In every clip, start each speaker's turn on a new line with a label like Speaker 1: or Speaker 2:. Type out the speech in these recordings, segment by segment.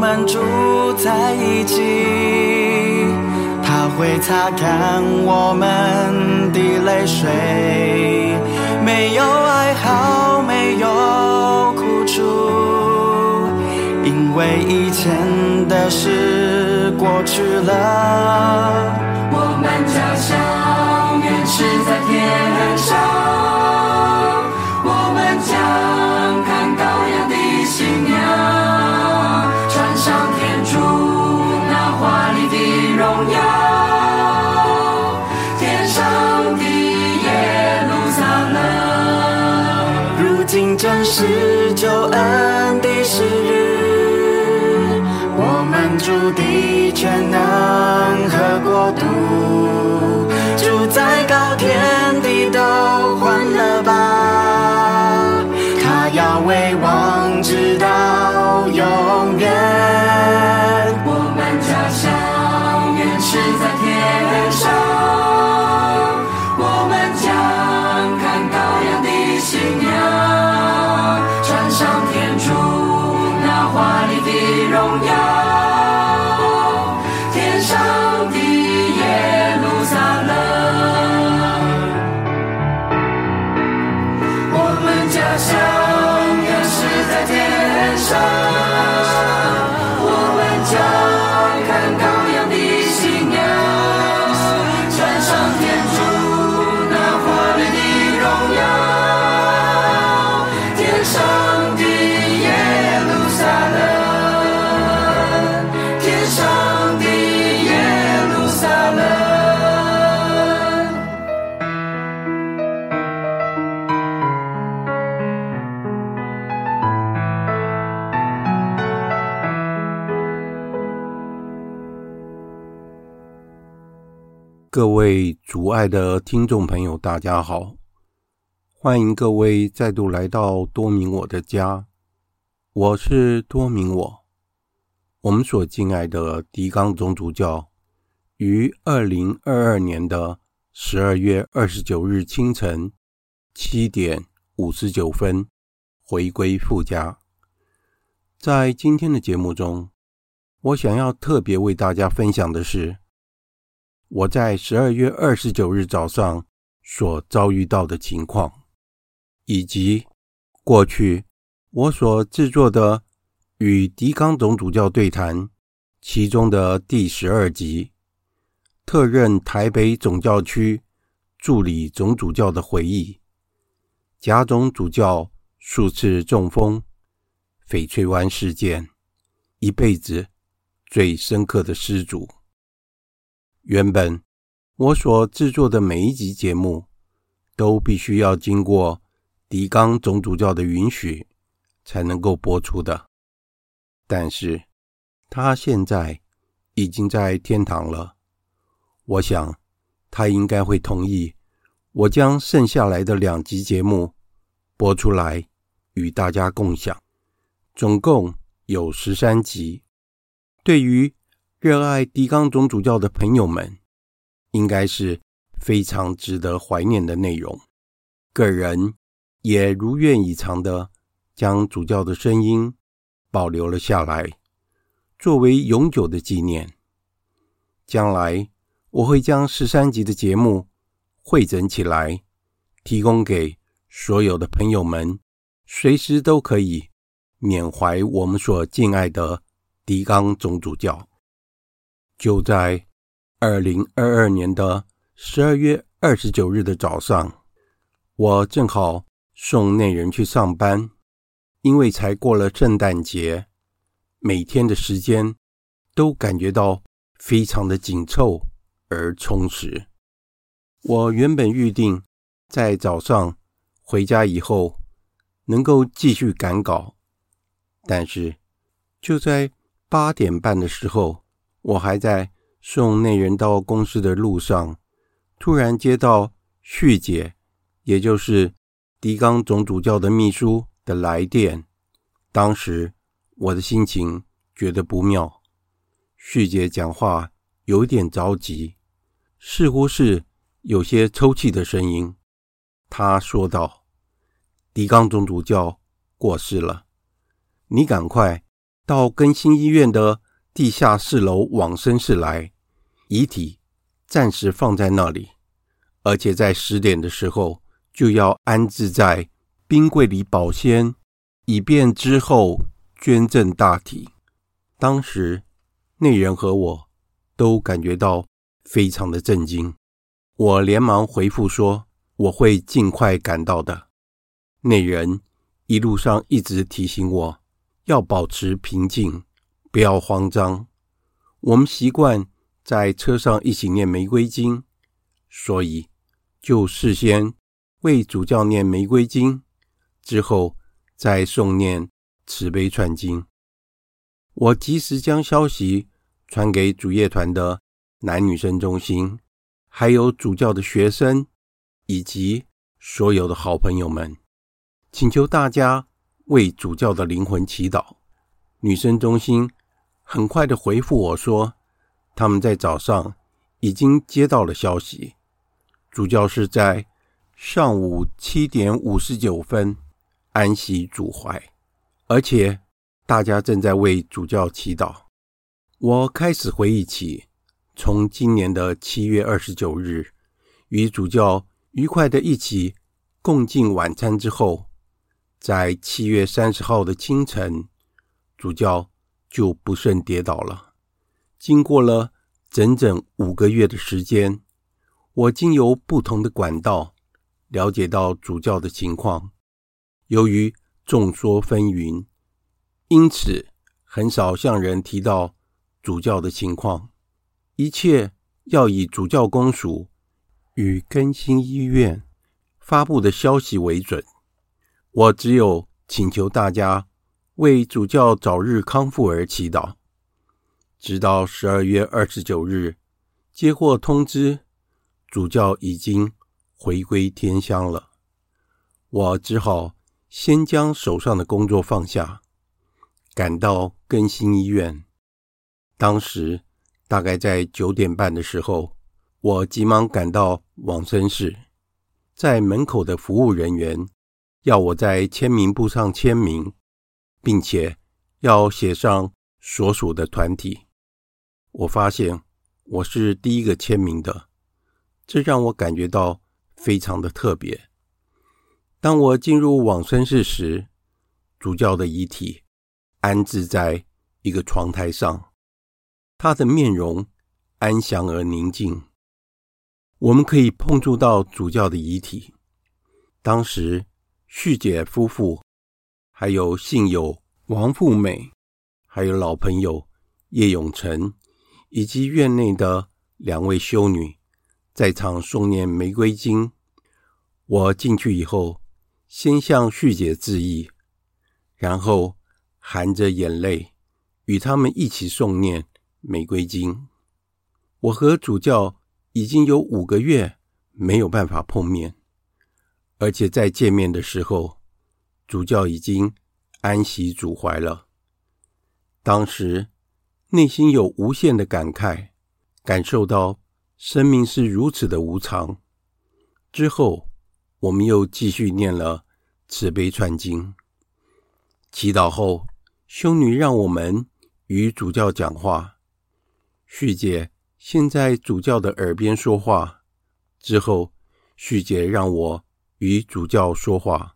Speaker 1: 们住在一起，他会擦干我们的泪水。没有哀嚎，没有哭楚，因为以前的事过去了。
Speaker 2: 我们家乡原是在天上，我们将看羔羊的新娘，穿上天主那华丽的荣耀。天上的耶路撒冷，
Speaker 1: 如今正是救恩的时日，我们主的全能和国度，住在高天的都欢乐吧，他要为王直到永远。
Speaker 2: 我们家乡原是在天上，我们将看羔羊的新娘，穿上天主那华丽的荣耀。天上的耶路撒冷，我们家乡原是在天上。我们将看羔羊的新娘，穿上天主那华丽的荣耀。天上的耶路撒冷，天上的耶路撒冷。
Speaker 3: 各位主爱的听众朋友，大家好！欢迎各位再度来到多明我的家，我是多明我。我们所敬爱的狄刚总主教于二零二二年的十二月二十九日清晨七点五十九分回归父家。在今天的节目中，我想要特别为大家分享的是。我在十二月二十九日早上所遭遇到的情况，以及过去我所制作的与狄刚总主教对谈其中的第十二集，特任台北总教区助理总主教的回忆。贾总主教数次中风，翡翠湾事件，一辈子最深刻的失主。原本我所制作的每一集节目，都必须要经过狄刚总主教的允许才能够播出的。但是他现在已经在天堂了，我想他应该会同意我将剩下来的两集节目播出来与大家共享，总共有十三集。对于热爱狄刚总主教的朋友们，应该是非常值得怀念的内容。个人也如愿以偿的将主教的声音保留了下来，作为永久的纪念。将来我会将十三集的节目汇整起来，提供给所有的朋友们，随时都可以缅怀我们所敬爱的狄刚总主教。就在二零二二年的十二月二十九日的早上，我正好送内人去上班，因为才过了圣诞节，每天的时间都感觉到非常的紧凑而充实。我原本预定在早上回家以后能够继续赶稿，但是就在八点半的时候。我还在送内人到公司的路上，突然接到旭姐，也就是狄刚总主教的秘书的来电。当时我的心情觉得不妙，旭姐讲话有点着急，似乎是有些抽泣的声音。她说道：“狄刚总主教过世了，你赶快到更新医院的地下四楼往生室来，遗体暂时放在那里，而且在十点的时候就要安置在冰柜里保鲜，以便之后捐赠大体。当时那人和我都感觉到非常的震惊，我连忙回复说我会尽快赶到的。那人一路上一直提醒我要保持平静，不要慌张。我们习惯在车上一起念玫瑰经，所以就事先为主教念玫瑰经，之后再诵念慈悲串经。我及时将消息传给主业团的男女生中心，还有主教的学生以及所有的好朋友们，请求大家为主教的灵魂祈祷。女生中心很快的回复我说，他们在早上已经接到了消息，主教是在上午七点五十九分安息主怀，而且。大家正在为主教祈祷。我开始回忆起从今年的七月二十九日与主教愉快的一起共进晚餐之后，在七月三十号的清晨，主教就不慎跌倒了。经过了整整五个月的时间，我经由不同的管道了解到主教的情况。由于众说纷纭。因此，很少向人提到主教的情况。一切要以主教公署与更新医院发布的消息为准。我只有请求大家为主教早日康复而祈祷。直到十二月二十九日，接获通知，主教已经回归天乡了。我只好先将手上的工作放下。赶到更新医院，当时大概在九点半的时候，我急忙赶到往生室，在门口的服务人员要我在签名簿上签名，并且要写上所属的团体。我发现我是第一个签名的，这让我感觉到非常的特别。当我进入往生室时，主教的遗体。安置在一个床台上，他的面容安详而宁静。我们可以碰触到主教的遗体。当时，旭姐夫妇，还有信友王富美，还有老朋友叶永成，以及院内的两位修女，在场诵念玫瑰经。我进去以后，先向旭姐致意，然后。含着眼泪，与他们一起诵念《玫瑰经》。我和主教已经有五个月没有办法碰面，而且在见面的时候，主教已经安息主怀了。当时内心有无限的感慨，感受到生命是如此的无常。之后，我们又继续念了《慈悲串经》，祈祷后。修女让我们与主教讲话。旭姐先在主教的耳边说话，之后旭姐让我与主教说话。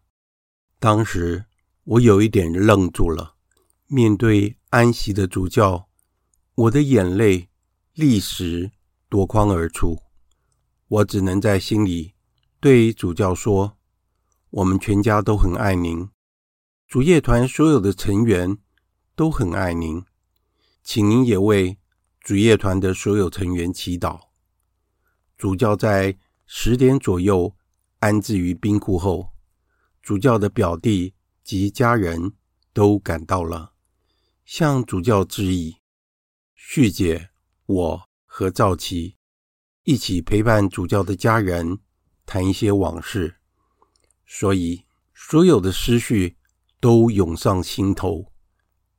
Speaker 3: 当时我有一点愣住了，面对安息的主教，我的眼泪立时夺眶而出。我只能在心里对主教说：“我们全家都很爱您。”主业团所有的成员都很爱您，请您也为主业团的所有成员祈祷。主教在十点左右安置于冰库后，主教的表弟及家人都赶到了，向主教致意。旭姐、我和赵琪一起陪伴主教的家人谈一些往事，所以所有的思绪。都涌上心头，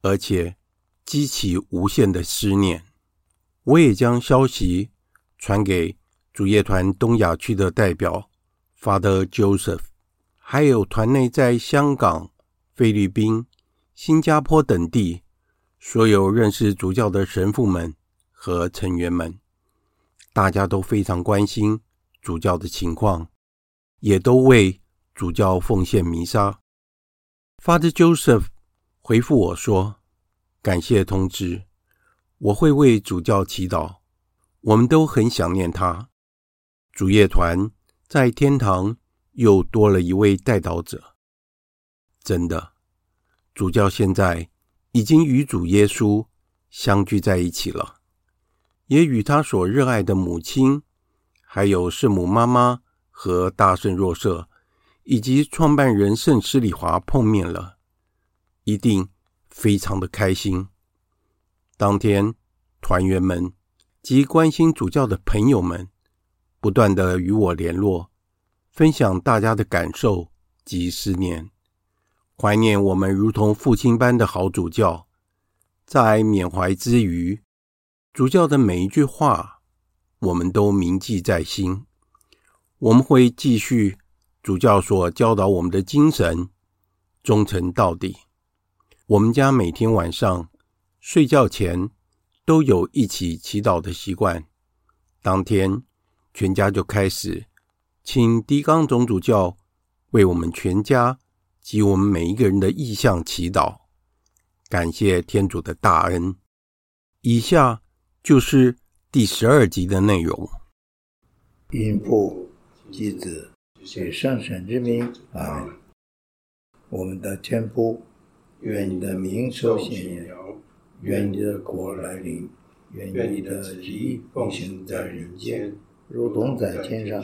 Speaker 3: 而且激起无限的思念。我也将消息传给主业团东亚区的代表 Father Joseph，还有团内在香港、菲律宾、新加坡等地所有认识主教的神父们和成员们，大家都非常关心主教的情况，也都为主教奉献弥撒。Father Joseph 回复我说：“感谢通知，我会为主教祈祷。我们都很想念他。主业团在天堂又多了一位代祷者。”真的，主教现在已经与主耶稣相聚在一起了，也与他所热爱的母亲，还有圣母妈妈和大圣若瑟，以及创办人圣施里华碰面了，一定非常的开心。当天，团员们及关心主教的朋友们，不断的与我联络，分享大家的感受及思念。怀念我们如同父亲般的好主教，在缅怀之余，主教的每一句话，我们都铭记在心。我们会继续主教所教导我们的精神，忠诚到底。我们家每天晚上睡觉前都有一起祈祷的习惯，当天全家就开始请狄刚总主教为我们全家。及我们每一个人的意向祈祷，感谢天主的大恩。以下就是第十二集的内容。
Speaker 4: 因父及子及圣神之名，阿门。我们的天父，愿你的名受显扬，愿你的国来临，愿你的旨意奉行在人间，如同在天上。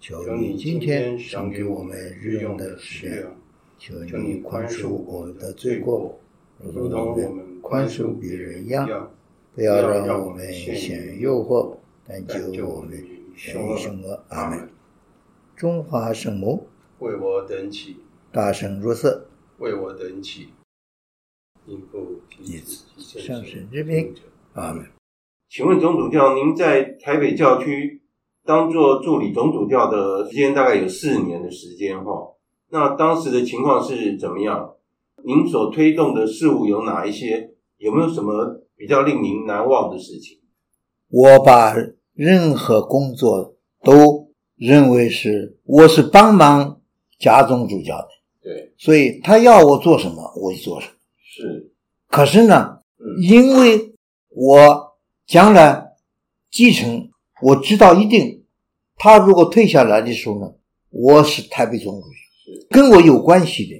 Speaker 4: 求你今天赏给我们日用的食粮。求你宽恕我们的罪过，如同我们宽恕别人一样，不要让我们陷于诱惑，但救我们免于凶恶。阿门。中华圣母
Speaker 5: 为我等起，
Speaker 4: 大圣若瑟
Speaker 5: 为我等起，因父
Speaker 4: 及子上神之名。阿门。
Speaker 3: 请问总主教，您在台北教区当做助理总主教的时间大概有四年的时间哈？那当时的情况是怎么样？您所推动的事物有哪一些？有没有什么比较令您难忘的事情？
Speaker 4: 我把任何工作都认为是我是帮忙家中主教的，
Speaker 5: 对，
Speaker 4: 所以他要我做什么我就做什么。
Speaker 5: 是，
Speaker 4: 可是呢，
Speaker 5: 嗯
Speaker 4: 因为我将来继承，我知道一定，他如果退下来的时候呢，我是台北总主
Speaker 5: 是
Speaker 4: 教，跟我有关系的。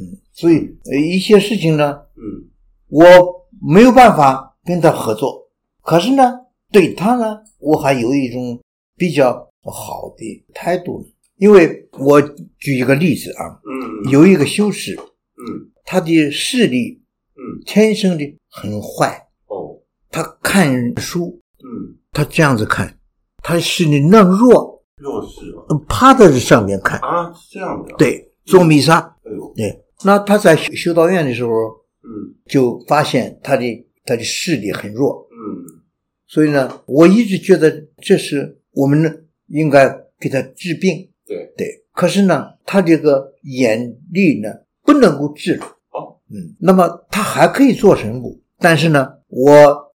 Speaker 5: 嗯
Speaker 4: 所以呃一些事情呢，
Speaker 5: 嗯，
Speaker 4: 我没有办法跟他合作。可是呢，对他呢，我还有一种比较好的态度呢。因为我举一个例子啊，
Speaker 5: 嗯，
Speaker 4: 有一个修士，
Speaker 5: 嗯
Speaker 4: 他的视力
Speaker 5: 嗯，
Speaker 4: 天生的很坏，
Speaker 5: 哦，
Speaker 4: 他看书，
Speaker 5: 嗯，
Speaker 4: 他这样子看，他视力那么弱，
Speaker 5: 弱势吧
Speaker 4: 呃趴在这上面看，
Speaker 5: 啊，是这样的、，
Speaker 4: 对，做弥撒，
Speaker 5: 哎呦，
Speaker 4: 对。那他在修修道院的时候，
Speaker 5: 嗯
Speaker 4: 就发现他的他的视力很弱，
Speaker 5: 嗯
Speaker 4: 所以呢，我一直觉得这是我们呢应该给他治病，
Speaker 5: 对
Speaker 4: 对。可是呢，他这个眼力呢不能够治了，
Speaker 5: 哦，
Speaker 4: 嗯，那么他还可以做神父，但是呢，我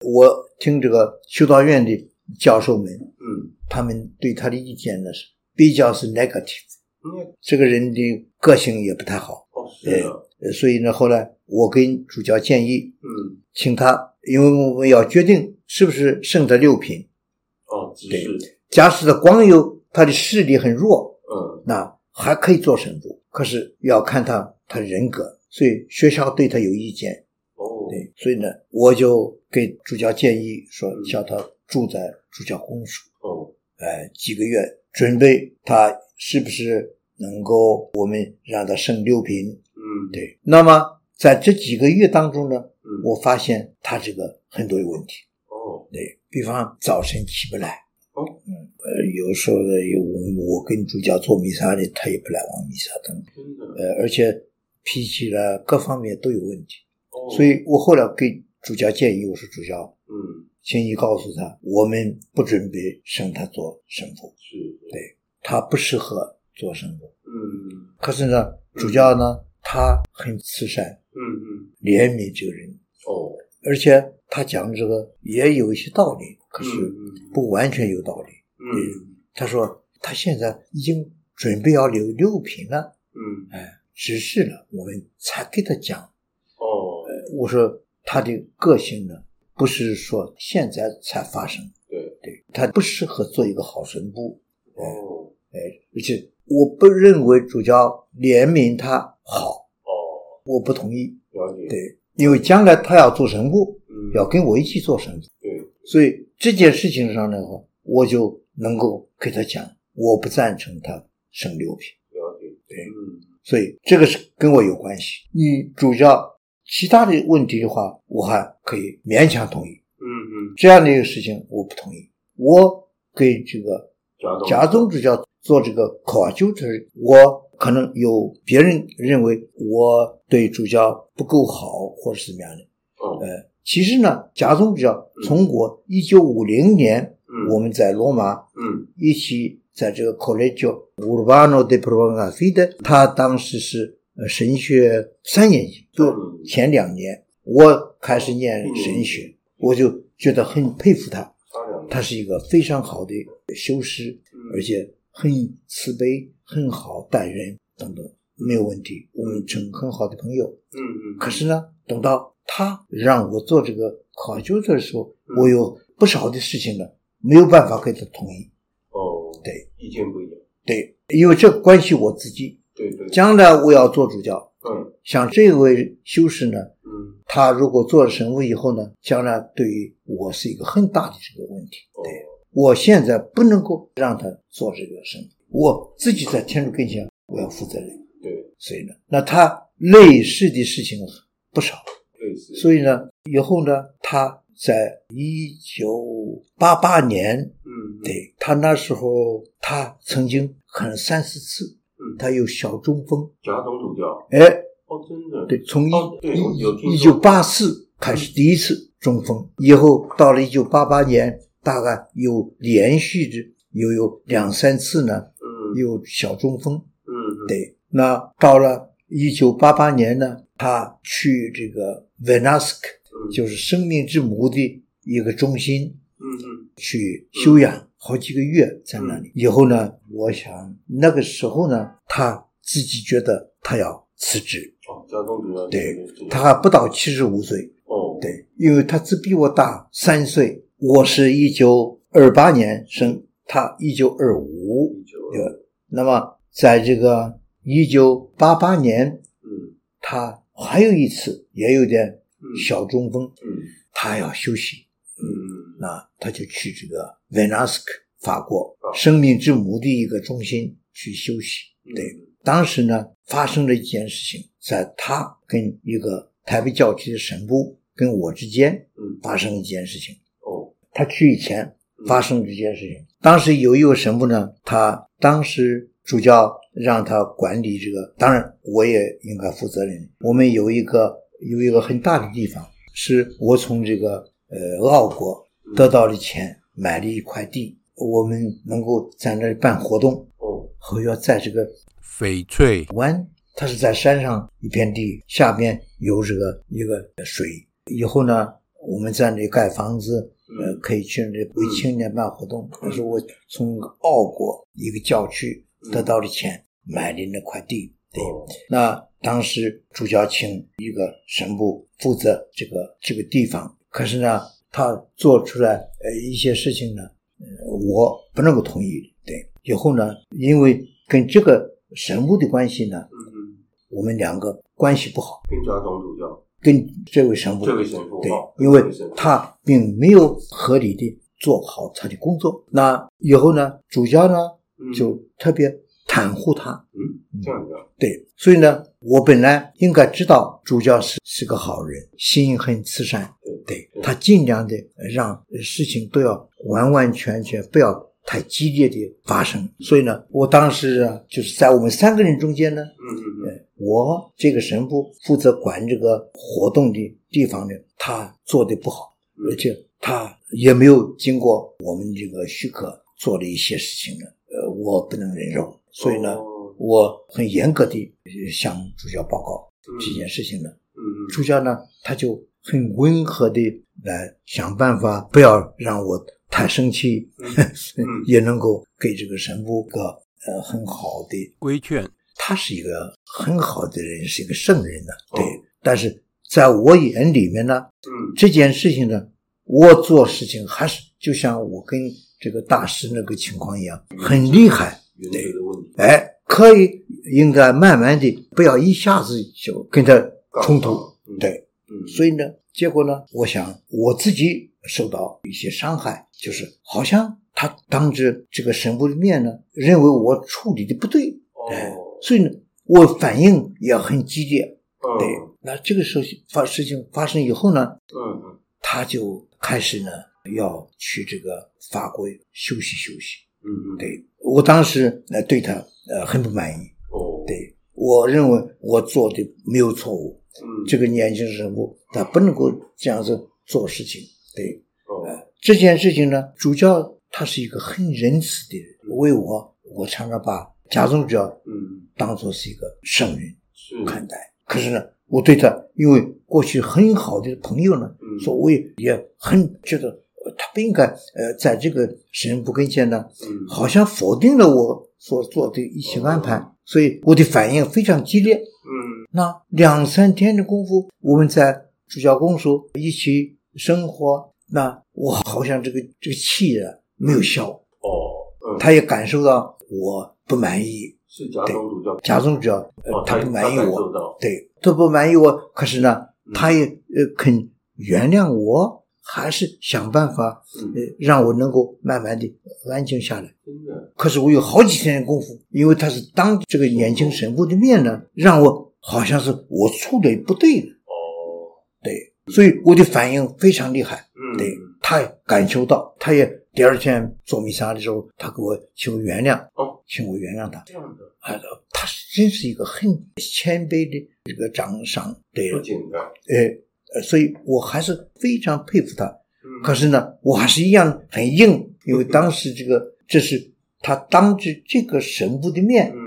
Speaker 4: 我听这个修道院的教授们，
Speaker 5: 嗯，
Speaker 4: 他们对他的意见呢是比较是 negative，
Speaker 5: 那
Speaker 4: 这个人的个性也不太好，
Speaker 5: 哦
Speaker 3: 啊
Speaker 5: 是的，
Speaker 4: 呃所以呢，后来我跟主教建议，
Speaker 5: 嗯
Speaker 4: 请他，因为我们要决定是不是圣德六品。
Speaker 5: 哦只是
Speaker 4: 假使他光有他的视力很弱，
Speaker 5: 嗯
Speaker 4: 那还可以做神父，可是要看他他的人格，所以学校对他有意见，
Speaker 5: 哦
Speaker 4: 对，所以呢，我就给主教建议说
Speaker 5: 嗯，
Speaker 4: 叫他住在主教公署，
Speaker 5: 哦
Speaker 4: 呃，几个月准备他是不是能够我们让他升六品，
Speaker 5: 嗯
Speaker 4: 对，那么在这几个月当中呢，
Speaker 5: 嗯
Speaker 4: 我发现他这个很多有问题，
Speaker 5: 哦
Speaker 4: 对比方早晨起不来，
Speaker 5: 哦
Speaker 4: 嗯，呃，有时候呢，有我我跟主教做弥撒的，他也不来往弥撒等，
Speaker 5: 真的
Speaker 4: 呃，而且脾气啦各方面都有问题，
Speaker 5: 哦
Speaker 4: 所以我后来给主教建议，我说主教，
Speaker 5: 嗯
Speaker 4: 请你告诉他，我们不准备升他做神父，
Speaker 5: 是
Speaker 4: 对他不适合做神父。
Speaker 5: 嗯
Speaker 4: 可是呢，主教呢，他很慈善
Speaker 5: 嗯嗯
Speaker 4: 怜悯这个人，
Speaker 5: 哦
Speaker 4: 而且他讲这个也有一些道理，可是
Speaker 5: 嗯
Speaker 4: 不完全有道理。
Speaker 5: 嗯
Speaker 4: 他说他现在已经准备要留六品了，
Speaker 5: 嗯
Speaker 4: 只是呢，我们才给他讲。
Speaker 5: 哦，
Speaker 4: 我说他的个性呢，不是说现在才发生，
Speaker 5: 对
Speaker 4: 对他不适合做一个好神父，
Speaker 5: 哦
Speaker 4: 哎，而且我不认为主教怜悯他好，
Speaker 5: 哦，
Speaker 4: 我不同意，
Speaker 5: 了解，
Speaker 4: 对，因为将来他要做神父，
Speaker 5: 嗯，
Speaker 4: 要跟我一起做神父。
Speaker 5: 对，
Speaker 4: 所以这件事情上的话，我就能够给他讲，我不赞成他升六品。
Speaker 5: 了解，
Speaker 4: 对
Speaker 5: 嗯
Speaker 4: 所以这个是跟我有关系。你主教其他的问题的话，我还可以勉强同意。
Speaker 5: 嗯嗯，
Speaker 4: 这样的一个事情我不同意。我给这个
Speaker 5: 贾总，
Speaker 4: 贾宗主教做这个考究的时候，我可能有别人认为我对主教不够好，或者是怎么样的。
Speaker 5: 哦，
Speaker 4: 呃，其实呢，贾宗主教从我一九五零年
Speaker 5: 嗯
Speaker 4: 我们在罗马
Speaker 5: 嗯
Speaker 4: 一起在这个 Collegio Urbano de Provenza 的，他当时是呃神学三年级，就
Speaker 5: 嗯
Speaker 4: 前两年我开始念神学，我就觉得很佩服他，
Speaker 5: 他两个，
Speaker 4: 他是一个非常好的修士，
Speaker 5: 嗯
Speaker 4: 而且很慈悲，很好待人等等，没有问题，我们成很好的朋友。
Speaker 5: 嗯嗯，
Speaker 4: 可是呢，等到他让我做这个考究的时候，
Speaker 5: 嗯
Speaker 4: 我有不少的事情呢，没有办法给他同意。
Speaker 5: 哦，
Speaker 4: 对，
Speaker 5: 意见不一样，
Speaker 4: 对，因为这关系我自己，
Speaker 5: 对对，
Speaker 4: 将来我要做主教。
Speaker 5: 嗯
Speaker 4: 像这位修士呢，
Speaker 5: 嗯，
Speaker 4: 他如果做了神父以后呢，将来对于我是一个很大的这个问题。
Speaker 5: 哦
Speaker 4: 对，我现在不能够让他做这个神父，我自己在天主跟前我要负责任。
Speaker 5: 对，
Speaker 4: 所以呢，那他类似的事情不少，
Speaker 5: 类似，
Speaker 4: 所以呢，以后呢，他在一九八八年
Speaker 5: 嗯，嗯，
Speaker 4: 对他那时候，他曾经可能三四次
Speaker 5: 嗯，
Speaker 4: 他有小中风。
Speaker 5: 贾总主教，
Speaker 4: 哎，
Speaker 5: 哦，真的，
Speaker 4: 对，从一
Speaker 5: 哦对我有听
Speaker 4: 一
Speaker 5: 说
Speaker 4: 九八四开始第一次中风，以后到了一九八八年，大概有连续的又有两三次呢，
Speaker 5: 嗯，
Speaker 4: 有小中风。
Speaker 5: 嗯嗯，
Speaker 4: 对，那到了一九八八年呢，他去这个 Venask，
Speaker 5: 嗯，
Speaker 4: 就是生命之母的一个中心，
Speaker 5: 嗯嗯，
Speaker 4: 去休养好几个月在那里。以后呢，我想那个时候呢，他自己觉得他要辞职，
Speaker 5: 哦，贾总主教，
Speaker 4: 对
Speaker 5: 对
Speaker 4: 他还不到七十五岁，
Speaker 5: 哦，，
Speaker 4: 对，因为他只比我大三岁，我是一九二八年生，他一九二五，
Speaker 5: 一九，
Speaker 4: 那么在这个一九八八年，
Speaker 5: 嗯
Speaker 4: 他还有一次也有点
Speaker 5: 嗯，，
Speaker 4: 小中风，
Speaker 5: 嗯
Speaker 4: 他要休息，
Speaker 5: 嗯嗯，
Speaker 4: 那他就去这个 Venask 法国
Speaker 5: 啊
Speaker 4: 生命之母的一个中心去休息。对，
Speaker 5: 嗯，
Speaker 4: 当时呢发生了一件事情，在他跟一个台北教区的神父跟我之间
Speaker 5: 嗯，
Speaker 4: 发生一件事情。
Speaker 5: 哦，
Speaker 4: 他去以前
Speaker 5: 嗯
Speaker 4: 发生这件事情，当时有一位神父呢，他当时主教让他管理这个，当然我也应该负责任。我们有一个有一个很大的地方，是我从这个呃澳国得到的钱买了一块地，我们能够在那里办活动，
Speaker 5: 哦，
Speaker 4: 后要在这个
Speaker 3: 翡翠，
Speaker 4: 湾，它是在山上一片地，下边有这个一个水。以后呢，我们在那里盖房子，呃，可以去那里为青年办活动。可是我从澳国一个教区得到了钱，买的那块地。对，
Speaker 5: 哦，
Speaker 4: 那当时主教请一个神父负责这个这个地方，可是呢，他做出来呃一些事情呢，呃我不能够同意。对，以后呢，因为跟这个神父的关系呢，
Speaker 5: 嗯嗯，
Speaker 4: 我们两个关系不好，
Speaker 5: 跟贾总主教，
Speaker 4: 跟这位神父
Speaker 5: 这位神父，
Speaker 4: 对
Speaker 5: 哦，
Speaker 4: 因为
Speaker 5: 这位神父
Speaker 4: 他并没有合理的做好他的工作。那以后呢，主教呢
Speaker 5: 嗯
Speaker 4: 就特别袒护他，
Speaker 5: 嗯，这样这样，
Speaker 4: 对，所以呢，我本来应该知道主教是是个好人，心很慈善，对
Speaker 5: 对
Speaker 4: 他尽量的让事情都要完完全全，不要太激烈的发生。所以呢，我当时啊，就是在我们三个人中间呢，呃
Speaker 5: 嗯嗯嗯，
Speaker 4: 我这个神父负责管这个活动的地方呢，他做的不好，而且他也没有经过我们这个许可做了一些事情呢，呃，我不能忍受，所以呢。
Speaker 5: 哦
Speaker 4: 我很严格地向主教报告
Speaker 5: 嗯
Speaker 4: 这件事情呢。
Speaker 5: 嗯嗯，
Speaker 4: 主教呢，他就很温和的来想办法，不要让我太生气，
Speaker 5: 嗯
Speaker 4: 也能够给这个神父个呃很好的
Speaker 3: 规劝。
Speaker 4: 他是一个很好的人，是一个圣人呢、
Speaker 5: 哦
Speaker 4: 对，但是在我眼里面呢，
Speaker 5: 嗯
Speaker 4: 这件事情呢，我做事情还是就像我跟这个大师那个情况一样，
Speaker 5: 嗯
Speaker 4: 很厉害，
Speaker 5: 原罪的问题，
Speaker 4: 哎，可以应该慢慢的，不要一下子就跟他冲突，
Speaker 5: 嗯
Speaker 4: 对，
Speaker 5: 嗯，
Speaker 4: 所以呢，结果呢，我想我自己受到一些伤害，就是好像他当着这个神父的面呢，认为我处理的不对，哎
Speaker 5: 哦，，
Speaker 4: 所以呢，我反应也很激烈，对
Speaker 5: 嗯，
Speaker 4: 那这个时候发事情发生以后呢，
Speaker 5: 嗯嗯
Speaker 4: 他就开始呢要去这个法国休息休息。
Speaker 5: 嗯，
Speaker 4: 对我当时呃对他呃很不满意，
Speaker 5: 哦，，
Speaker 4: 对我认为我做的没有错误，
Speaker 5: 嗯，
Speaker 4: 这个年轻人物他不能够这样子做事情。对
Speaker 5: 哦，
Speaker 4: 这件事情呢，主教他是一个很仁慈的人，为我我常常把贾宗主教
Speaker 5: 嗯，
Speaker 4: 当做是一个圣人
Speaker 5: 是，
Speaker 4: 看待。可是呢，我对他因为过去很好的朋友呢，
Speaker 5: 嗯
Speaker 4: 所以我也也很觉得呃他不应该呃在这个神父跟前呢
Speaker 5: 嗯，
Speaker 4: 好像否定了我所做的一些安排，所以我的反应非常激烈。
Speaker 5: 嗯，
Speaker 4: 那两三天的功夫，我们在主教公署一起生活，那我好像这个这个气啊没有消，
Speaker 5: 哦，嗯，
Speaker 4: 他也感受到我不满意。
Speaker 5: 是贾总主教，
Speaker 4: 贾总主教、呃
Speaker 5: 哦，
Speaker 4: 他不满意
Speaker 5: 感
Speaker 4: 我
Speaker 5: 受，嗯到，
Speaker 4: 对，他不满意我，可是呢，他也呃肯原谅我，还是想办法
Speaker 5: 嗯
Speaker 4: 呃，让我能够慢慢的安静下来。
Speaker 5: 真的，
Speaker 4: 可是我有好几天的功夫，因为他是当着这个年轻神父的面呢，让我好像是我处的不对了，
Speaker 5: 哦，
Speaker 4: 对，所以我的反应非常厉害，
Speaker 5: 嗯，
Speaker 4: 对，他也感受到，他也第二天做弥撒的时候，他给我求原谅，
Speaker 5: 哦，
Speaker 4: 请我原谅他，
Speaker 5: 这样的
Speaker 4: 啊，他真是一个很谦卑的这个长上对
Speaker 5: 不
Speaker 4: 人，
Speaker 5: 简单，
Speaker 4: 呃，呃所以我还是非常佩服他，
Speaker 5: 嗯，
Speaker 4: 可是呢，我还是一样很硬，因为当时这个这是他当着这个神父的面
Speaker 5: 嗯，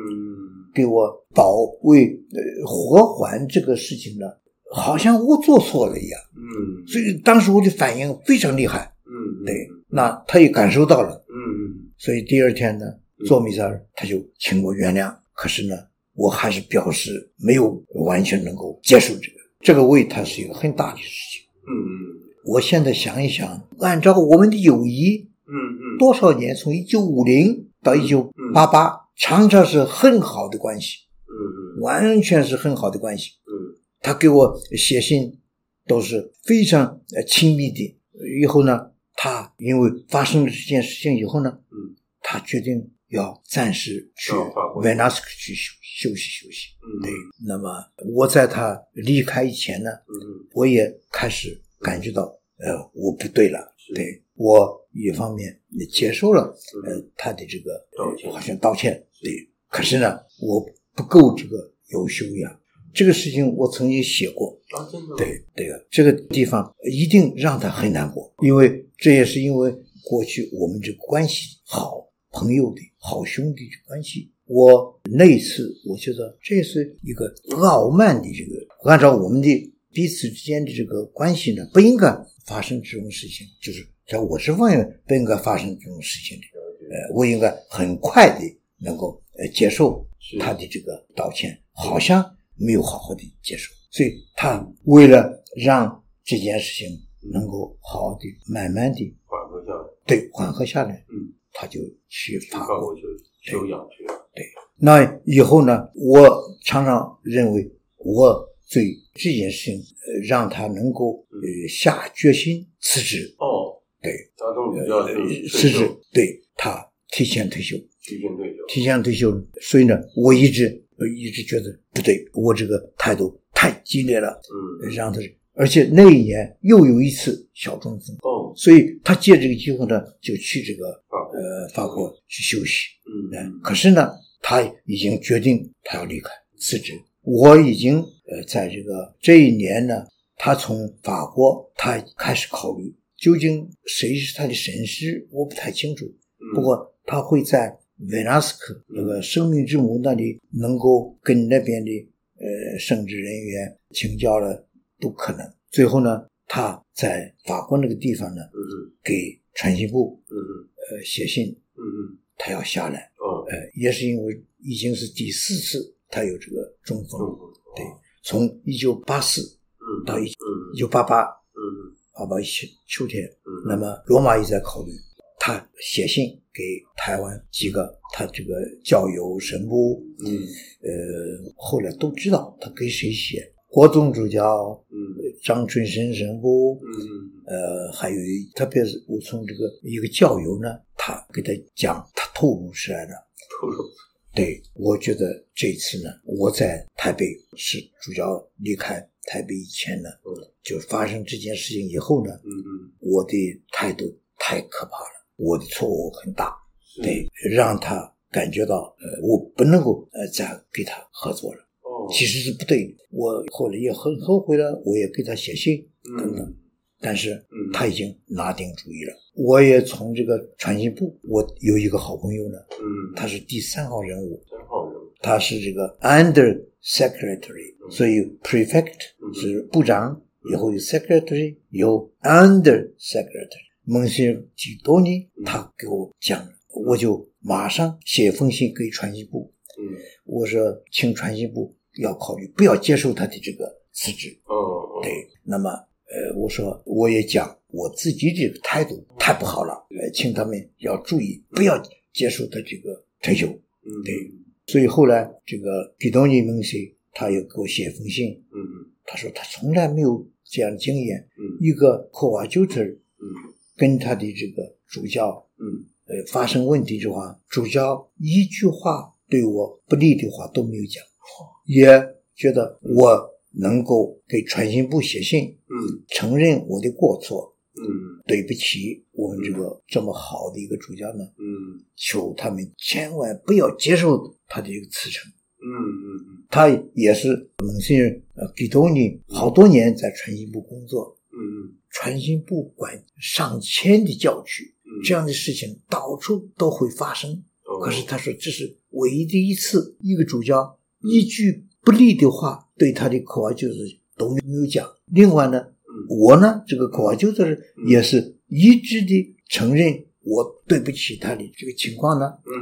Speaker 4: 给我保卫、呃、活还这个事情呢，好像我做错了一样，
Speaker 5: 嗯，
Speaker 4: 所以当时我的反应非常厉害。
Speaker 5: 嗯，
Speaker 4: 对，那他也感受到了，
Speaker 5: 嗯，
Speaker 4: 所以第二天呢
Speaker 5: 嗯，
Speaker 4: 做弥撒他就请我原谅，可是呢，我还是表示没有完全能够接受这个，这个为他是一个很大的事情。
Speaker 5: 嗯嗯
Speaker 4: 我现在想一想，按照我们的友谊，
Speaker 5: 嗯嗯，
Speaker 4: 多少年，从一九五零到一九八八，常常是很好的关系，
Speaker 5: 嗯嗯
Speaker 4: 完全是很好的关系。
Speaker 5: 嗯
Speaker 4: 他给我写信都是非常呃亲密的。以后呢，他因为发生了这件事情以后呢，
Speaker 5: 嗯，
Speaker 4: 他决定要暂时去
Speaker 5: 到法国
Speaker 4: 维纳斯克去休休息休息。
Speaker 5: 嗯，
Speaker 4: 对，那么我在他离开以前呢，
Speaker 5: 嗯
Speaker 4: 我也开始感觉到，呃，我不对了
Speaker 5: 是，
Speaker 4: 对我一方面也接受了，呃
Speaker 5: 嗯，
Speaker 4: 他的这个
Speaker 5: 道歉
Speaker 4: 呃好像道歉，对，可是呢，我不够这个有修养，这个事情我曾经写过，
Speaker 5: 啊，真的，，
Speaker 4: 对，对个这个地方一定让他很难过，因为这也是因为过去我们这个关系好，朋友的好兄弟的关系。我那一次，我觉得这是一个傲慢的这个，按照我们的彼此之间的这个关系呢，不应该发生这种事情，就是在我这方面不应该发生这种事情的。呃，我应该很快的能够呃接受
Speaker 5: 是
Speaker 4: 他的这个道歉，好像没有好好的接受，所以他为了让这件事情能够好好的、慢慢的
Speaker 5: 缓和下来，
Speaker 4: 对缓和下来，
Speaker 5: 嗯，
Speaker 4: 他就去法
Speaker 5: 法
Speaker 4: 国
Speaker 5: 国。去修养去了，
Speaker 4: 那以后呢，我常常认为我对这件事情，呃，让他能够呃下决心辞职，
Speaker 5: 哦，
Speaker 4: 对，
Speaker 5: 贾总主教
Speaker 4: 呃
Speaker 5: 是
Speaker 4: 辞职，对他提前退休。
Speaker 5: 提前退休，
Speaker 4: 提前退休了，所以呢，我一直呃一直觉得不对，我这个态度太激烈了，
Speaker 5: 嗯，
Speaker 4: 让他，而且那一年又有一次小中风，
Speaker 5: 哦，
Speaker 4: 所以他借这个机会呢，就去这个
Speaker 5: 法国，
Speaker 4: 呃法国去休息。
Speaker 5: 嗯，
Speaker 4: 可是呢，他已经决定他要离开辞职。我已经呃，在这个这一年呢，他从法国，他开始考虑究竟谁是他的神师，我不太清楚。不过他会在维纳斯克那个生命之母那里，能够跟那边的呃圣职人员请教了，都可能。最后呢，他在法官那个地方呢，
Speaker 5: 嗯嗯
Speaker 4: 给传习部
Speaker 5: 嗯嗯
Speaker 4: 呃写信，
Speaker 5: 嗯嗯，
Speaker 4: 他要下来。
Speaker 5: 哦，
Speaker 4: 呃，也是因为已经是第四次他有这个中风，
Speaker 5: 嗯
Speaker 4: 对，从一九八四
Speaker 5: 嗯，
Speaker 4: 到一
Speaker 5: 嗯
Speaker 4: 一九八八啊
Speaker 5: 嗯
Speaker 4: 八八秋秋天，
Speaker 5: 嗯，
Speaker 4: 那么罗马也在考虑，他写信给台湾几个他这个教友神父，
Speaker 5: 嗯
Speaker 4: 呃，后来都知道他给谁写，国宗主教
Speaker 5: 嗯
Speaker 4: 张春生神父，
Speaker 5: 嗯嗯
Speaker 4: 呃，还有一特别是我从这个一个教友呢，他给他讲，他透露出来的。
Speaker 5: 透露，
Speaker 4: 对，我觉得这次呢，我在台北是主教离开台北以前呢，
Speaker 5: 嗯
Speaker 4: 就发生这件事情以后呢，
Speaker 5: 嗯嗯，
Speaker 4: 我的态度太可怕了，我的错误很大，
Speaker 5: 是
Speaker 4: 对，让他感觉到呃，我不能够呃再跟他合作了，
Speaker 5: 哦，
Speaker 4: 其实是不对的。我后来也很后悔了，我也给他写信等等，
Speaker 5: 嗯
Speaker 4: 但是
Speaker 5: 嗯
Speaker 4: 他已经拿定主意了。我也从这个传信部，我有一个好朋友呢，
Speaker 5: 嗯，
Speaker 4: 他是第三号人物，
Speaker 5: 真好人，
Speaker 4: 他是这个 under secretary，
Speaker 5: 嗯
Speaker 4: 所以 prefect
Speaker 5: 嗯
Speaker 4: 是部长，以后有 secretary，有 under secretary。孟学几多年，
Speaker 5: 嗯
Speaker 4: 他给我讲，我就马上写封信给传习部，
Speaker 5: 嗯，
Speaker 4: 我说请传习部要考虑，不要接受他的这个辞职。
Speaker 5: 哦，
Speaker 4: 对，那么呃，我说我也讲我自己这个态度太不好了，呃，请他们要注意，不要接受他这个退休。
Speaker 5: 嗯，
Speaker 4: 对，所以后来这个比多尼蒙西他又给我写封信，
Speaker 5: 嗯嗯
Speaker 4: 他说他从来没有这样的经验，
Speaker 5: 嗯
Speaker 4: 一个科瓦丘特尔
Speaker 5: 嗯
Speaker 4: 跟他的这个主教
Speaker 5: 嗯，
Speaker 4: 呃发生问题的话，主教一句话对我不利的话都没有讲，
Speaker 5: 哦
Speaker 4: 也觉得我能够给传信部写信，
Speaker 5: 嗯
Speaker 4: 承认我的过错，
Speaker 5: 嗯
Speaker 4: 对不起我们这个这么好的一个主教呢，
Speaker 5: 嗯
Speaker 4: 求他们千万不要接受他的一个辞呈。
Speaker 5: 嗯嗯
Speaker 4: 他也是蒙信呃比托尼好多年在传信部工作，
Speaker 5: 嗯
Speaker 4: 传信部管上千的教区，
Speaker 5: 嗯，
Speaker 4: 这样的事情到处都会发生。
Speaker 5: 哦，
Speaker 4: 可是他说这是唯一的一次，一个主教一句不利的话对他的口号就是都没有讲。另外呢，
Speaker 5: 嗯
Speaker 4: 我呢这个口号就是也是一致的承认我对不起他的这个情况呢，
Speaker 5: 嗯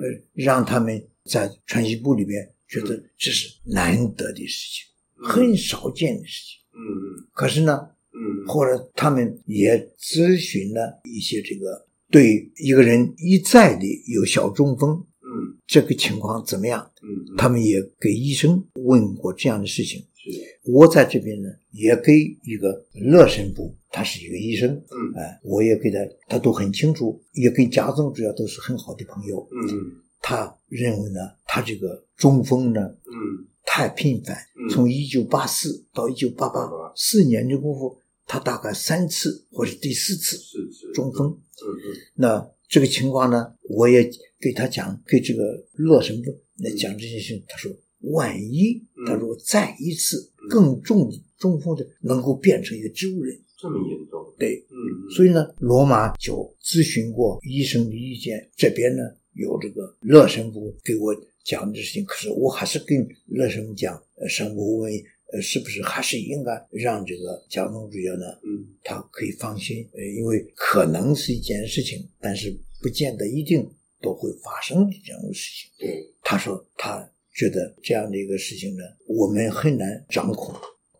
Speaker 4: 呃，让他们在传习部里边觉得这是难得的事情，
Speaker 5: 嗯
Speaker 4: 很少见的事情。
Speaker 5: 嗯
Speaker 4: 可是呢，
Speaker 5: 嗯
Speaker 4: 后来他们也咨询了一些这个对一个人一再的有小中风
Speaker 5: 嗯
Speaker 4: 这个情况怎么样，
Speaker 5: 嗯，
Speaker 4: 他们也给医生问过这样的事情。
Speaker 5: 是
Speaker 4: 我在这边呢，也给一个乐神部，他是一个医生，
Speaker 5: 嗯
Speaker 4: 哎，我也给他，他都很清楚，也跟贾总主要都是很好的朋友，
Speaker 5: 嗯
Speaker 4: 他认为呢，他这个中风呢
Speaker 5: 嗯
Speaker 4: 太频繁，
Speaker 5: 嗯
Speaker 4: 从一九八四到一九八八
Speaker 5: 嗯
Speaker 4: 四年的功夫，他大概三次或者第四次
Speaker 5: 是是
Speaker 4: 中风。
Speaker 5: 嗯嗯
Speaker 4: 那这个情况呢，我也给他讲，给这个乐神父来讲这件事情。他说，万一
Speaker 5: 嗯
Speaker 4: 他如果再一次
Speaker 5: 嗯
Speaker 4: 更重的中风的，能够变成一个植物人，
Speaker 5: 这么严重
Speaker 4: 对。
Speaker 5: 嗯
Speaker 4: 所以呢，罗马就咨询过医生的意见，这边呢有这个乐神父给我讲的事情，可是我还是跟乐神父讲，呃，神父问，呃，是不是还是应该让这个交通主教呢，
Speaker 5: 嗯
Speaker 4: 他可以放心，呃，因为可能是一件事情，但是不见得一定都会发生这样的事情。
Speaker 5: 对
Speaker 4: 他说他觉得这样的一个事情呢，我们很难掌控。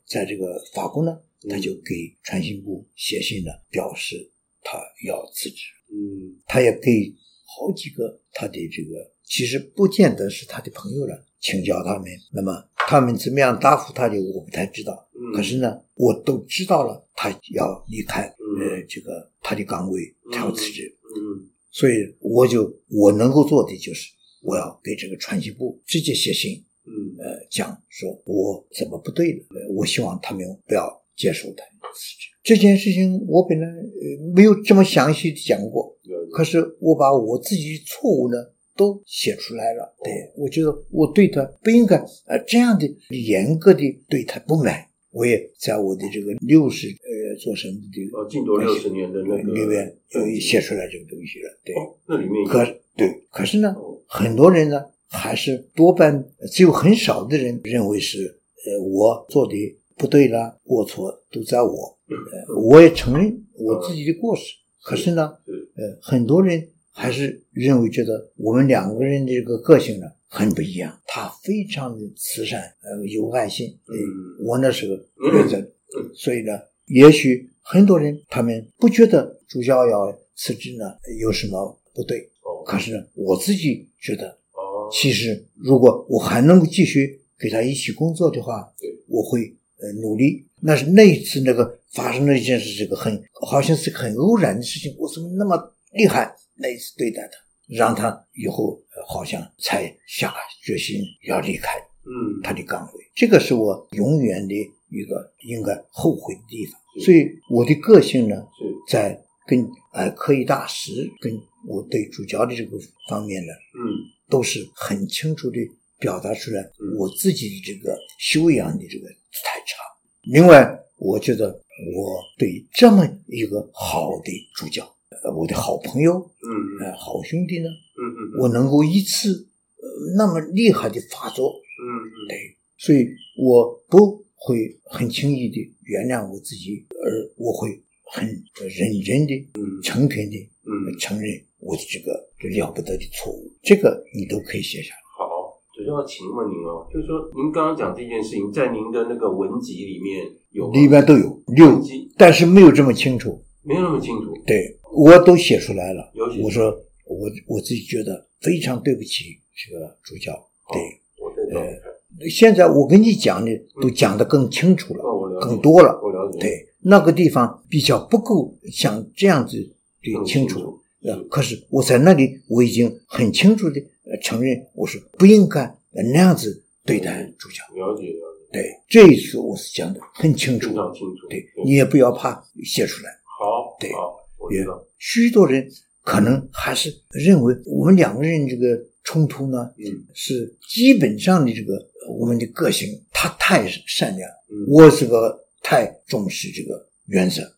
Speaker 4: 在这个法国呢，他就给传信部写信呢，表示他要辞职。
Speaker 5: 嗯
Speaker 4: 他也给好几个他的这个，其实不见得是他的朋友了，请教他们。那么他们怎么样答复他的，我不太知道。
Speaker 5: 嗯
Speaker 4: 可是呢，我都知道了，他要离开
Speaker 5: 嗯
Speaker 4: 呃这个他的岗位，他要辞职。
Speaker 5: 嗯
Speaker 4: 所以我就我能够做的就是，我要给这个传习部直接写信，
Speaker 5: 嗯
Speaker 4: 呃，讲说我怎么不对了，呃我希望他们不要接受他的辞职。这件事情我本来呃没有这么详细的讲过，
Speaker 5: 了解
Speaker 4: 可是我把我自己错误呢都写出来了。对，我觉得我对他不应该呃这样的严格的对他不满。我也在我的这个六十呃做神父的
Speaker 5: 呃禁毒六十年的那个嗯
Speaker 4: 里面有写出来这个东西了。对，
Speaker 5: 哦那里面
Speaker 4: 可对，可是呢，
Speaker 5: 哦
Speaker 4: 很多人呢还是多半只有很少的人认为是呃我做的不对啦，过错都在我，
Speaker 5: 嗯
Speaker 4: 呃我也承认我自己的过失。可是呢，
Speaker 5: 是
Speaker 4: 呃，很多人还是认为觉得我们两个人的这个个性呢很不一样，他非常的慈善，呃，有爱心。呃
Speaker 5: 嗯
Speaker 4: 我那时候觉得，所以呢，也许很多人他们不觉得主教要呃辞职呢有什么不对，
Speaker 5: 哦
Speaker 4: 可是呢，我自己觉得，
Speaker 5: 哦
Speaker 4: 其实如果我还能够继续给他一起工作的话
Speaker 5: 对，
Speaker 4: 我会呃努力。那是那一次那个发生了一件事，这个很好像是很偶然的事情，我怎么那么厉害？那一次对待他，让他以后呃好像才下决心要离开
Speaker 5: 嗯
Speaker 4: 他的岗位，这个是我永远的一个应该后悔的地方。所以我的个性呢，
Speaker 5: 是
Speaker 4: 在跟呃科技大师跟我对主教的这个方面呢，
Speaker 5: 嗯
Speaker 4: 都是很清楚的表达出来
Speaker 5: 嗯
Speaker 4: 我自己的这个修养的这个太差。另外，我觉得我对这么一个好的主教，呃，我的好朋友，
Speaker 5: 嗯嗯
Speaker 4: 呃，好兄弟呢，
Speaker 5: 嗯嗯
Speaker 4: 我能够一次、呃、那么厉害的发作，
Speaker 5: 嗯嗯
Speaker 4: 对，所以我不会很轻易的原谅我自己，而我会很认真的、诚恳的
Speaker 5: 嗯
Speaker 4: 承认我的这个了不得的错误，这个你都可以写下来。
Speaker 5: 好，主要请问您哦，就是说您刚刚讲这件事情，在您的那个文集里面有吗
Speaker 4: 里边都有六
Speaker 5: 文集，
Speaker 4: 但是没有这么清楚。
Speaker 5: 没有那么清楚，
Speaker 4: 对我都写出来了
Speaker 5: 有写出，来
Speaker 4: 我说我我自己觉得非常对不起这个主教。对，
Speaker 5: 我再找一看，
Speaker 4: 现在我跟你讲的都讲得更清楚
Speaker 5: 哦我
Speaker 4: 了
Speaker 5: 了，解
Speaker 4: 更多了。
Speaker 5: 我了解，
Speaker 4: 对，那个地方比较不够像这样子的
Speaker 5: 更
Speaker 4: 清
Speaker 5: 清
Speaker 4: 楚
Speaker 5: 楚。
Speaker 4: 呃，可是我在那里我已经很清楚的呃承认，我是不应该呃那样子对待主教。
Speaker 5: 了解了解，
Speaker 4: 对，这一次我是讲的很清楚
Speaker 5: 非。常清楚，
Speaker 4: 对你也不要怕写出来。
Speaker 5: 好，
Speaker 4: 对
Speaker 5: 好，我
Speaker 4: 也
Speaker 5: 知道，
Speaker 4: 许多人可能还是认为我们两个人这个冲突呢，
Speaker 5: 嗯
Speaker 4: 是基本上的这个呃我们的个性，他太善良，
Speaker 5: 嗯
Speaker 4: 我这个太重视这个原则。
Speaker 5: 了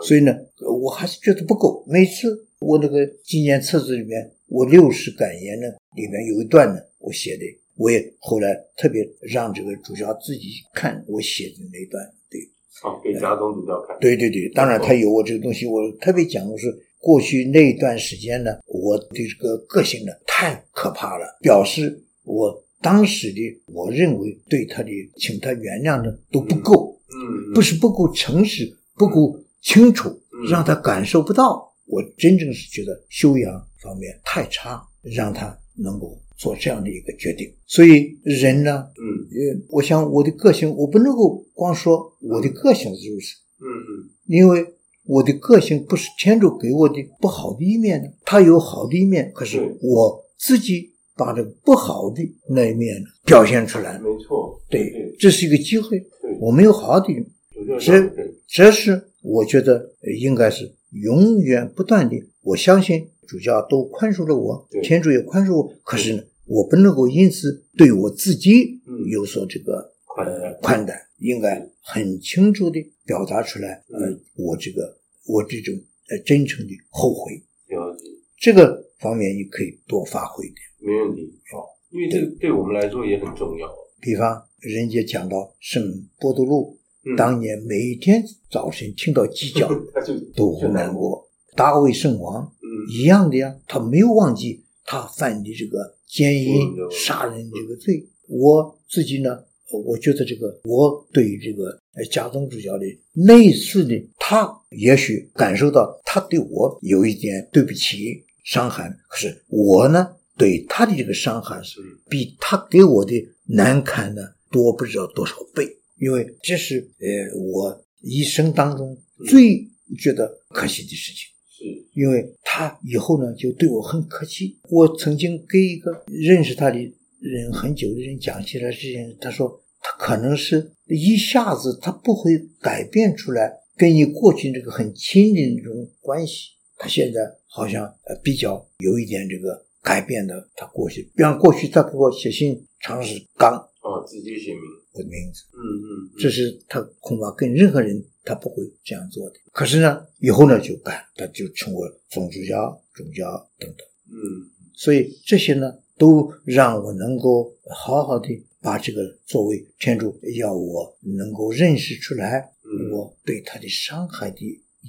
Speaker 5: 解
Speaker 4: 所以呢，呃我还是觉得不够。每次我那个纪念册子里面，我六十感言呢，里面有一段呢，我写的，我也后来特别让这个主教自己看我写的那段。对，
Speaker 5: 好给贾总主教看，
Speaker 4: 对对对，当然他有我这个东西，我特别讲我是过去那一段时间呢，我的这个个性呢太可怕了，表示我当时的我认为对他的请他原谅呢都不够。
Speaker 5: 嗯，嗯，
Speaker 4: 不是不够诚实，不够清楚
Speaker 5: 嗯，
Speaker 4: 让他感受不到。我真正是觉得修养方面太差，让他能够做这样的一个决定。所以人呢，
Speaker 5: 嗯
Speaker 4: 呃，我想我的个性，我不能够光说我的个性是如此，
Speaker 5: 嗯嗯，
Speaker 4: 因为我的个性不是天主给我的不好的一面呢，它有好的一面，可是
Speaker 5: 对
Speaker 4: 我自己把这个不好的那一面呢表现出来了。
Speaker 5: 没错，
Speaker 4: 对，这是一个机会，
Speaker 5: 对，
Speaker 4: 我没有好的一面
Speaker 5: 主教
Speaker 4: 是
Speaker 5: 讲得对
Speaker 4: 这是我觉得呃应该是永远不断的。我相信主教都宽恕了我
Speaker 5: 对，
Speaker 4: 天主也宽恕我。可是呢，我不能够因此对我自己
Speaker 5: 嗯
Speaker 4: 有所这个
Speaker 5: 宽待，
Speaker 4: 呃宽待，应该很清楚的表达出来。
Speaker 5: 嗯
Speaker 4: 呃，我这个我这种呃真诚的后悔，
Speaker 5: 了解，
Speaker 4: 这个方面你可以多发挥一点。
Speaker 5: 没问题，好，因为这个对我们来说也很重要，啊
Speaker 4: 比方，人家讲到圣波多禄，
Speaker 5: 嗯
Speaker 4: 当年每天早晨听到鸡叫
Speaker 5: 他就
Speaker 4: 都会
Speaker 5: 就
Speaker 4: 难过。大卫圣王
Speaker 5: 嗯
Speaker 4: 一样的呀，他没有忘记他犯的这个奸淫
Speaker 5: 嗯、
Speaker 4: 杀人这个罪。我自己呢，我觉得这个我对于这个呃家宗主教的那一次呢，他也许感受到他对我有一点对不起、伤害，可是我呢对他的这个伤害是
Speaker 5: 嗯
Speaker 4: 比他给我的难堪呢多不知道多少倍，因为这是呃我一生当中最觉得可惜的事情。
Speaker 5: 是
Speaker 4: 因为他以后呢就对我很客气。我曾经跟一个认识他的人很久的人讲起来事情，他说他可能是一下子他不会改变出来跟你过去那个很亲的那种关系，他现在好像呃比较有一点这个改变的他过去，比方过去他给我写信常是刚
Speaker 5: 哦，直接写明，
Speaker 4: 我的名字。
Speaker 5: 嗯嗯，嗯
Speaker 4: 这是他恐怕跟任何人他不会这样做的。可是呢，以后呢就干，他就成为总主教、总教等等。
Speaker 5: 嗯
Speaker 4: 所以这些呢，都让我能够好好的把这个作为天主要我能够认识出来，
Speaker 5: 嗯
Speaker 4: 我对他的伤害的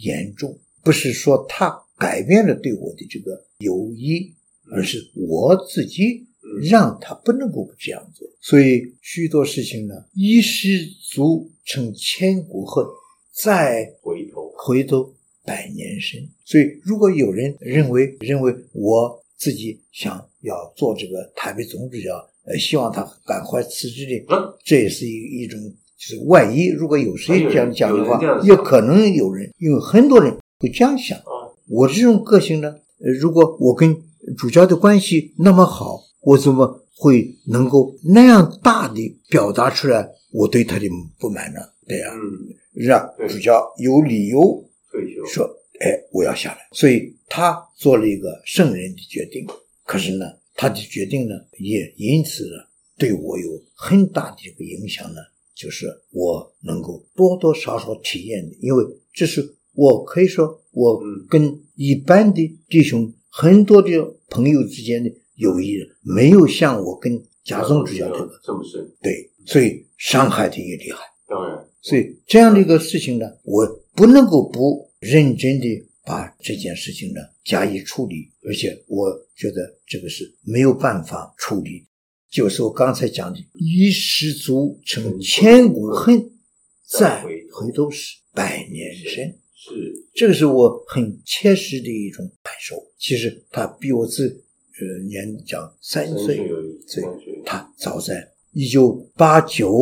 Speaker 4: 严重，不是说他改变了对我的这个友谊，而是我自己
Speaker 5: 嗯
Speaker 4: 让他不能够这样做。所以许多事情呢，一失足成千古恨，再
Speaker 5: 回头，
Speaker 4: 回头百年身。所以，如果有人认为认为我自己想要做这个台北总主教，呃，希望他赶快辞职的，
Speaker 5: 嗯
Speaker 4: 这也是一一种就是万一，如果有谁这样讲的话
Speaker 5: 还有人有人，这
Speaker 4: 有
Speaker 5: 样想
Speaker 4: 可能有人，因为很多人会这样想
Speaker 5: 哦。
Speaker 4: 我这种个性呢，呃如果我跟主教的关系那么好，我怎么会能够那样大的表达出来我对他的不满呢？对呀、
Speaker 5: 嗯，
Speaker 4: 让
Speaker 5: 对
Speaker 4: 主教有理由
Speaker 5: 退休，
Speaker 4: 说：“哎，我要下来。”所以他做了一个圣人的决定。可是呢，他的决定呢，也因此呢，对我有很大的一个影响呢，就是我能够多多少少体验的，因为这是我可以说我
Speaker 5: 嗯
Speaker 4: 跟一般的弟兄很多的朋友之间的友谊，没有像我跟贾宗主教这个
Speaker 5: 这么深，
Speaker 4: 对，所以伤害的也厉害。
Speaker 5: 当然，
Speaker 4: 所以这样的一个事情呢，我不能够不认真的把这件事情呢加以处理，而且我觉得这个是没有办法处理。就是我刚才讲的“一失足成千古恨，再回头是百年身”。
Speaker 5: 是
Speaker 4: 这个是我很切实的一种感受。其实他比我自呃年长三
Speaker 5: 三
Speaker 4: 岁
Speaker 5: 岁，而已，
Speaker 4: 所以
Speaker 5: 三岁，
Speaker 4: 他早在一九八九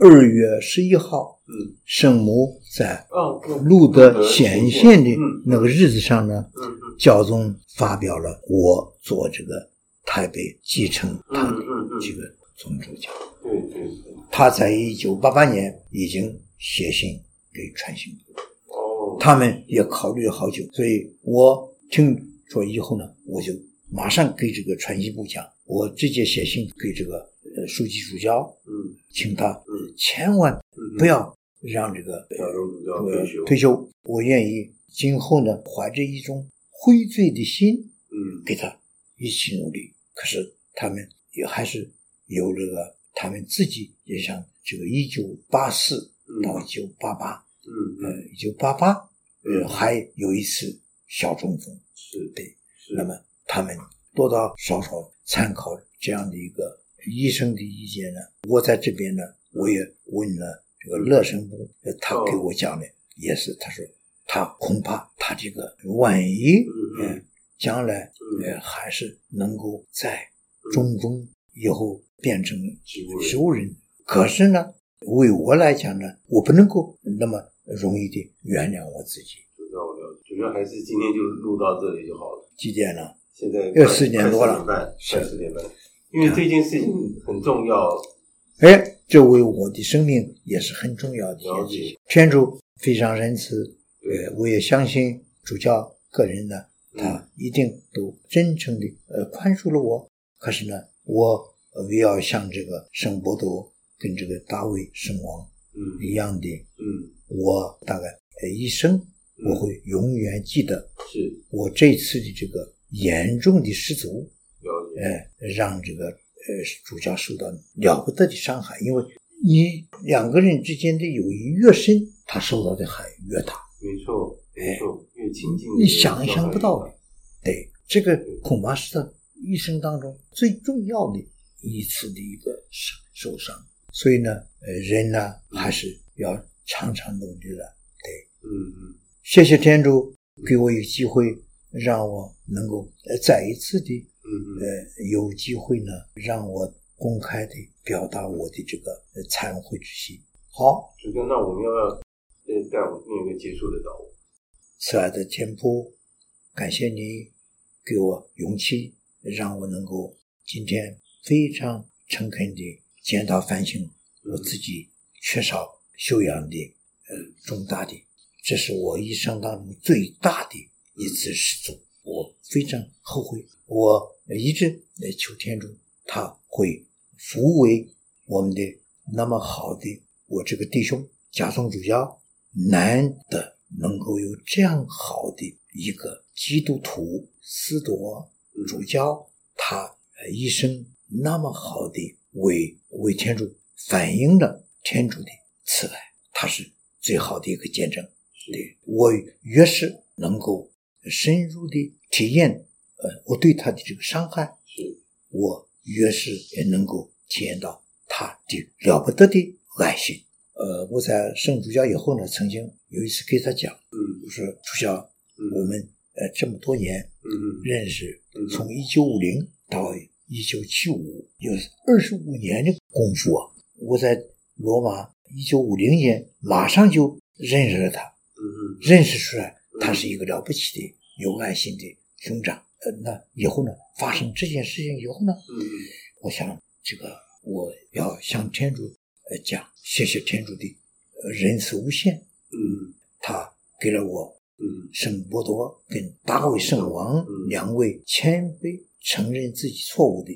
Speaker 4: 二月十一号，
Speaker 5: 嗯，
Speaker 4: 圣母在
Speaker 5: 哦，对
Speaker 4: 路德显现的
Speaker 5: 嗯
Speaker 4: 那个日子上呢，
Speaker 5: 嗯嗯
Speaker 4: 教宗发表了我做这个台北继承
Speaker 5: 嗯
Speaker 4: 他的
Speaker 5: 嗯嗯，
Speaker 4: 这个总主教。
Speaker 5: 对对对，
Speaker 4: 他在一九八八年已经写信给传信部。
Speaker 5: 哦，
Speaker 4: 他们也考虑了好久，所以我听说以后呢，我就马上给这个传习部讲，我直接写信给这个呃书记主教，
Speaker 5: 嗯
Speaker 4: 请他
Speaker 5: 嗯
Speaker 4: 千万
Speaker 5: 嗯，
Speaker 4: 不要让这个
Speaker 5: 小荣主教
Speaker 4: 呃
Speaker 5: 啊退休，
Speaker 4: 退休，我愿意今后呢，怀着一种悔罪的心，
Speaker 5: 嗯
Speaker 4: 给他一起努力。可是他们也还是有这个，他们自己也想这个一九八四到一九八八。
Speaker 5: 嗯
Speaker 4: 呃
Speaker 5: 嗯，，
Speaker 4: 一九八八，
Speaker 5: 嗯
Speaker 4: 呃，还有一次小中风。
Speaker 5: 是
Speaker 4: 对，
Speaker 5: 是
Speaker 4: 那么他们多多少少参考这样的一个医生的意见呢，我在这边呢，我也问了这个乐神部，呃他
Speaker 5: 哦
Speaker 4: 给我讲的也是，他说他恐怕他这个万一，
Speaker 5: 嗯嗯
Speaker 4: 呃，将来
Speaker 5: 嗯
Speaker 4: 呃还是能够在中风以后变成
Speaker 5: 植物人
Speaker 4: 植物人。可是呢，为我来讲呢，我不能够那么容易的原谅我自己。
Speaker 5: 主教我了解，主要还是今天就录到这里就好了。
Speaker 4: 几点了？
Speaker 5: 现在
Speaker 4: 又
Speaker 5: 快
Speaker 4: 4点多了
Speaker 5: 快4点半，
Speaker 4: 是
Speaker 5: 快四点半，因为这件事情很重要，
Speaker 4: 哎，这为我的生命也是很重要的一件事
Speaker 5: 了
Speaker 4: 情
Speaker 5: 解。
Speaker 4: 天主非常仁慈，
Speaker 5: 对
Speaker 4: 呃，我也相信主教个人呢，
Speaker 5: 嗯
Speaker 4: 他一定都真诚的呃宽恕了我。可是呢，我呃也要像这个圣伯多跟这个大卫圣王
Speaker 5: 嗯
Speaker 4: 一样的，
Speaker 5: 嗯，
Speaker 4: 我大概呃一生
Speaker 5: 嗯
Speaker 4: 我会永远记得
Speaker 5: 是
Speaker 4: 我这次的这个严重的失足，
Speaker 5: 了解，
Speaker 4: 呃，让这个呃主教受到了不得的伤害，因为你两个人之间的友谊越深，他受到的害越大。
Speaker 5: 没错没错，越亲近
Speaker 4: 哎你想也想不到哎
Speaker 5: 的
Speaker 4: 的，对，这个恐怕是他一生当中最重要的一次的一个伤受伤。所以呢，呃，人呢还是要常常努力的。
Speaker 5: 嗯嗯，
Speaker 4: 谢谢天主给我有机会，让我能够呃再一次的
Speaker 5: 嗯嗯
Speaker 4: 呃，有机会呢，让我公开的表达我的这个呃忏悔之心。好，
Speaker 5: 主教，那我们要不要呃带我念一个结束的祷文？
Speaker 4: 慈爱的天父，感谢你给我勇气，让我能够今天非常诚恳地检讨反省我自己缺少修养的呃重大的，这是我一生当中最大的一次失足，我非常后悔。我一直呃求天主，他会抚慰我们的那么好的我这个弟兄贾松主教，难得能够有这样好的一个基督徒思铎主教，他呃一生那么好的为为天主反映了天主的慈爱，它是最好的一个见证。对我越是能够深入的体验，呃，我对他的这个伤害，我越是能够体验到他的了不得的爱心。呃，我在圣主教以后呢，曾经有一次给他讲，
Speaker 5: 嗯
Speaker 4: 我说主教，我
Speaker 5: 嗯
Speaker 4: 们呃这么多年
Speaker 5: 嗯嗯
Speaker 4: 认识
Speaker 5: 嗯，
Speaker 4: 从一九五零到一九七五，有二十五年的功夫啊！我在罗马一九五零年马上就认识了他，
Speaker 5: 嗯
Speaker 4: 认识出来他是一个了不起的有爱心的兄长。呃，那以后呢，发生这件事情以后呢，
Speaker 5: 嗯嗯
Speaker 4: 我想这个我要向天主呃讲，谢谢天主的呃仁慈无限，
Speaker 5: 嗯
Speaker 4: 他给了我
Speaker 5: 嗯
Speaker 4: 圣伯多跟大卫圣王
Speaker 5: 嗯
Speaker 4: 两位谦卑承认自己错误的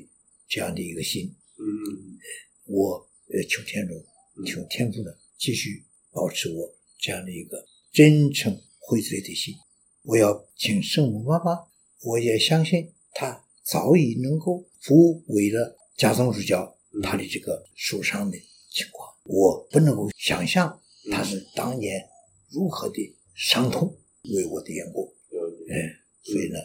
Speaker 4: 这样的一个心，
Speaker 5: 嗯
Speaker 4: 我呃求天主，
Speaker 5: 嗯
Speaker 4: 求天父呢继续保持我这样的一个真诚悔罪的心。我要请圣母妈妈，我也相信她早已能够抚慰了家宗主教
Speaker 5: 嗯
Speaker 4: 他的这个受伤的情况。我不能够想象
Speaker 5: 嗯
Speaker 4: 他是当年如何的伤痛为我的缘故。
Speaker 5: 了解
Speaker 4: 哎，所以呢，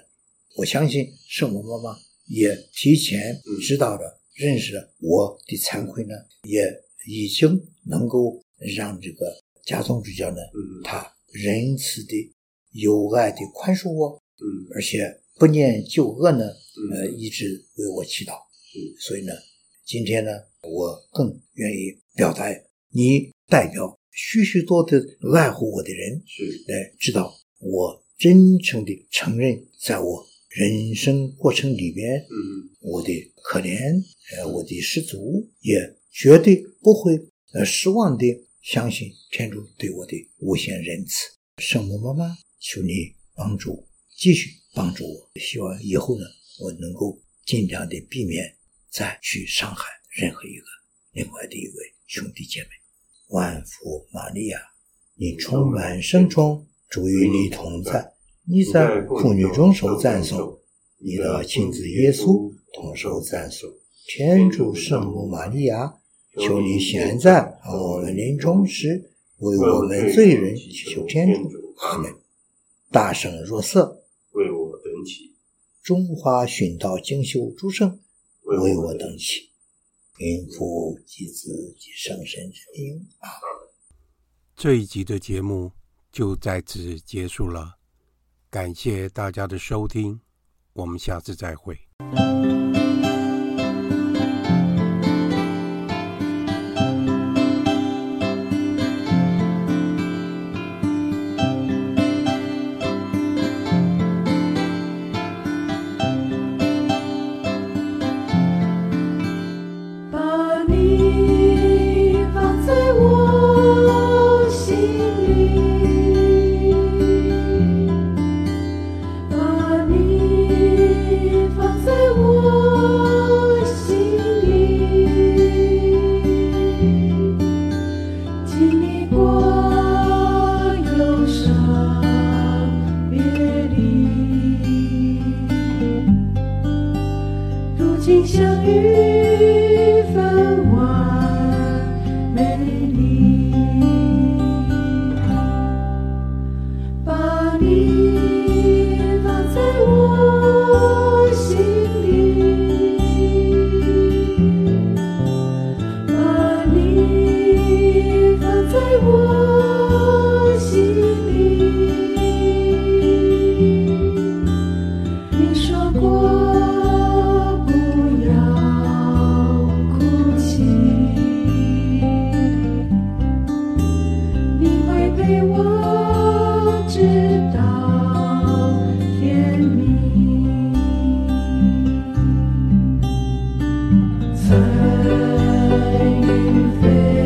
Speaker 4: 我相信圣母妈妈也提前
Speaker 5: 嗯
Speaker 4: 知道了、认识了我的惭愧呢，也已经能够让这个家宗主教呢，
Speaker 5: 嗯
Speaker 4: 他仁慈的、友爱的宽恕我，
Speaker 5: 嗯
Speaker 4: 而且不念旧恶呢，呃，
Speaker 5: 嗯
Speaker 4: 一直为我祈祷
Speaker 5: 嗯。
Speaker 4: 所以呢，今天呢，我更愿意表达你代表许许多多爱护我的人，
Speaker 5: 是
Speaker 4: 来知道我真诚地承认，在我人生过程里面，
Speaker 5: 嗯
Speaker 4: 我的可怜，呃，我的失足，也绝对不会呃失望地相信天主对我的无限仁慈。圣母妈妈，求你帮助我，继续帮助我。希望以后呢，我能够尽量地避免再去伤害任何一个另外的一位兄弟姐妹。万福玛利亚，你充满圣宠，主与你同在，你在妇女中受赞颂。你的亲子耶稣同受赞颂。天主圣母玛利亚，求你现在和我们临终时，为我们罪人祈求天主。阿门。大圣若瑟，
Speaker 5: 为我等起，
Speaker 4: 中华殉道精修诸圣，为我等
Speaker 5: 起。
Speaker 4: 起。因父及子及圣神之名。
Speaker 3: 这一集的节目就在此结束了，感谢大家的收听，我们下次再会。
Speaker 6: 把你放在我心里，把你放在我心里，经历过忧伤别离。如今相遇分外美丽，把你放在我心里，把你放在我心里。你说过不要哭泣，你会陪我直到天明。彩云飞。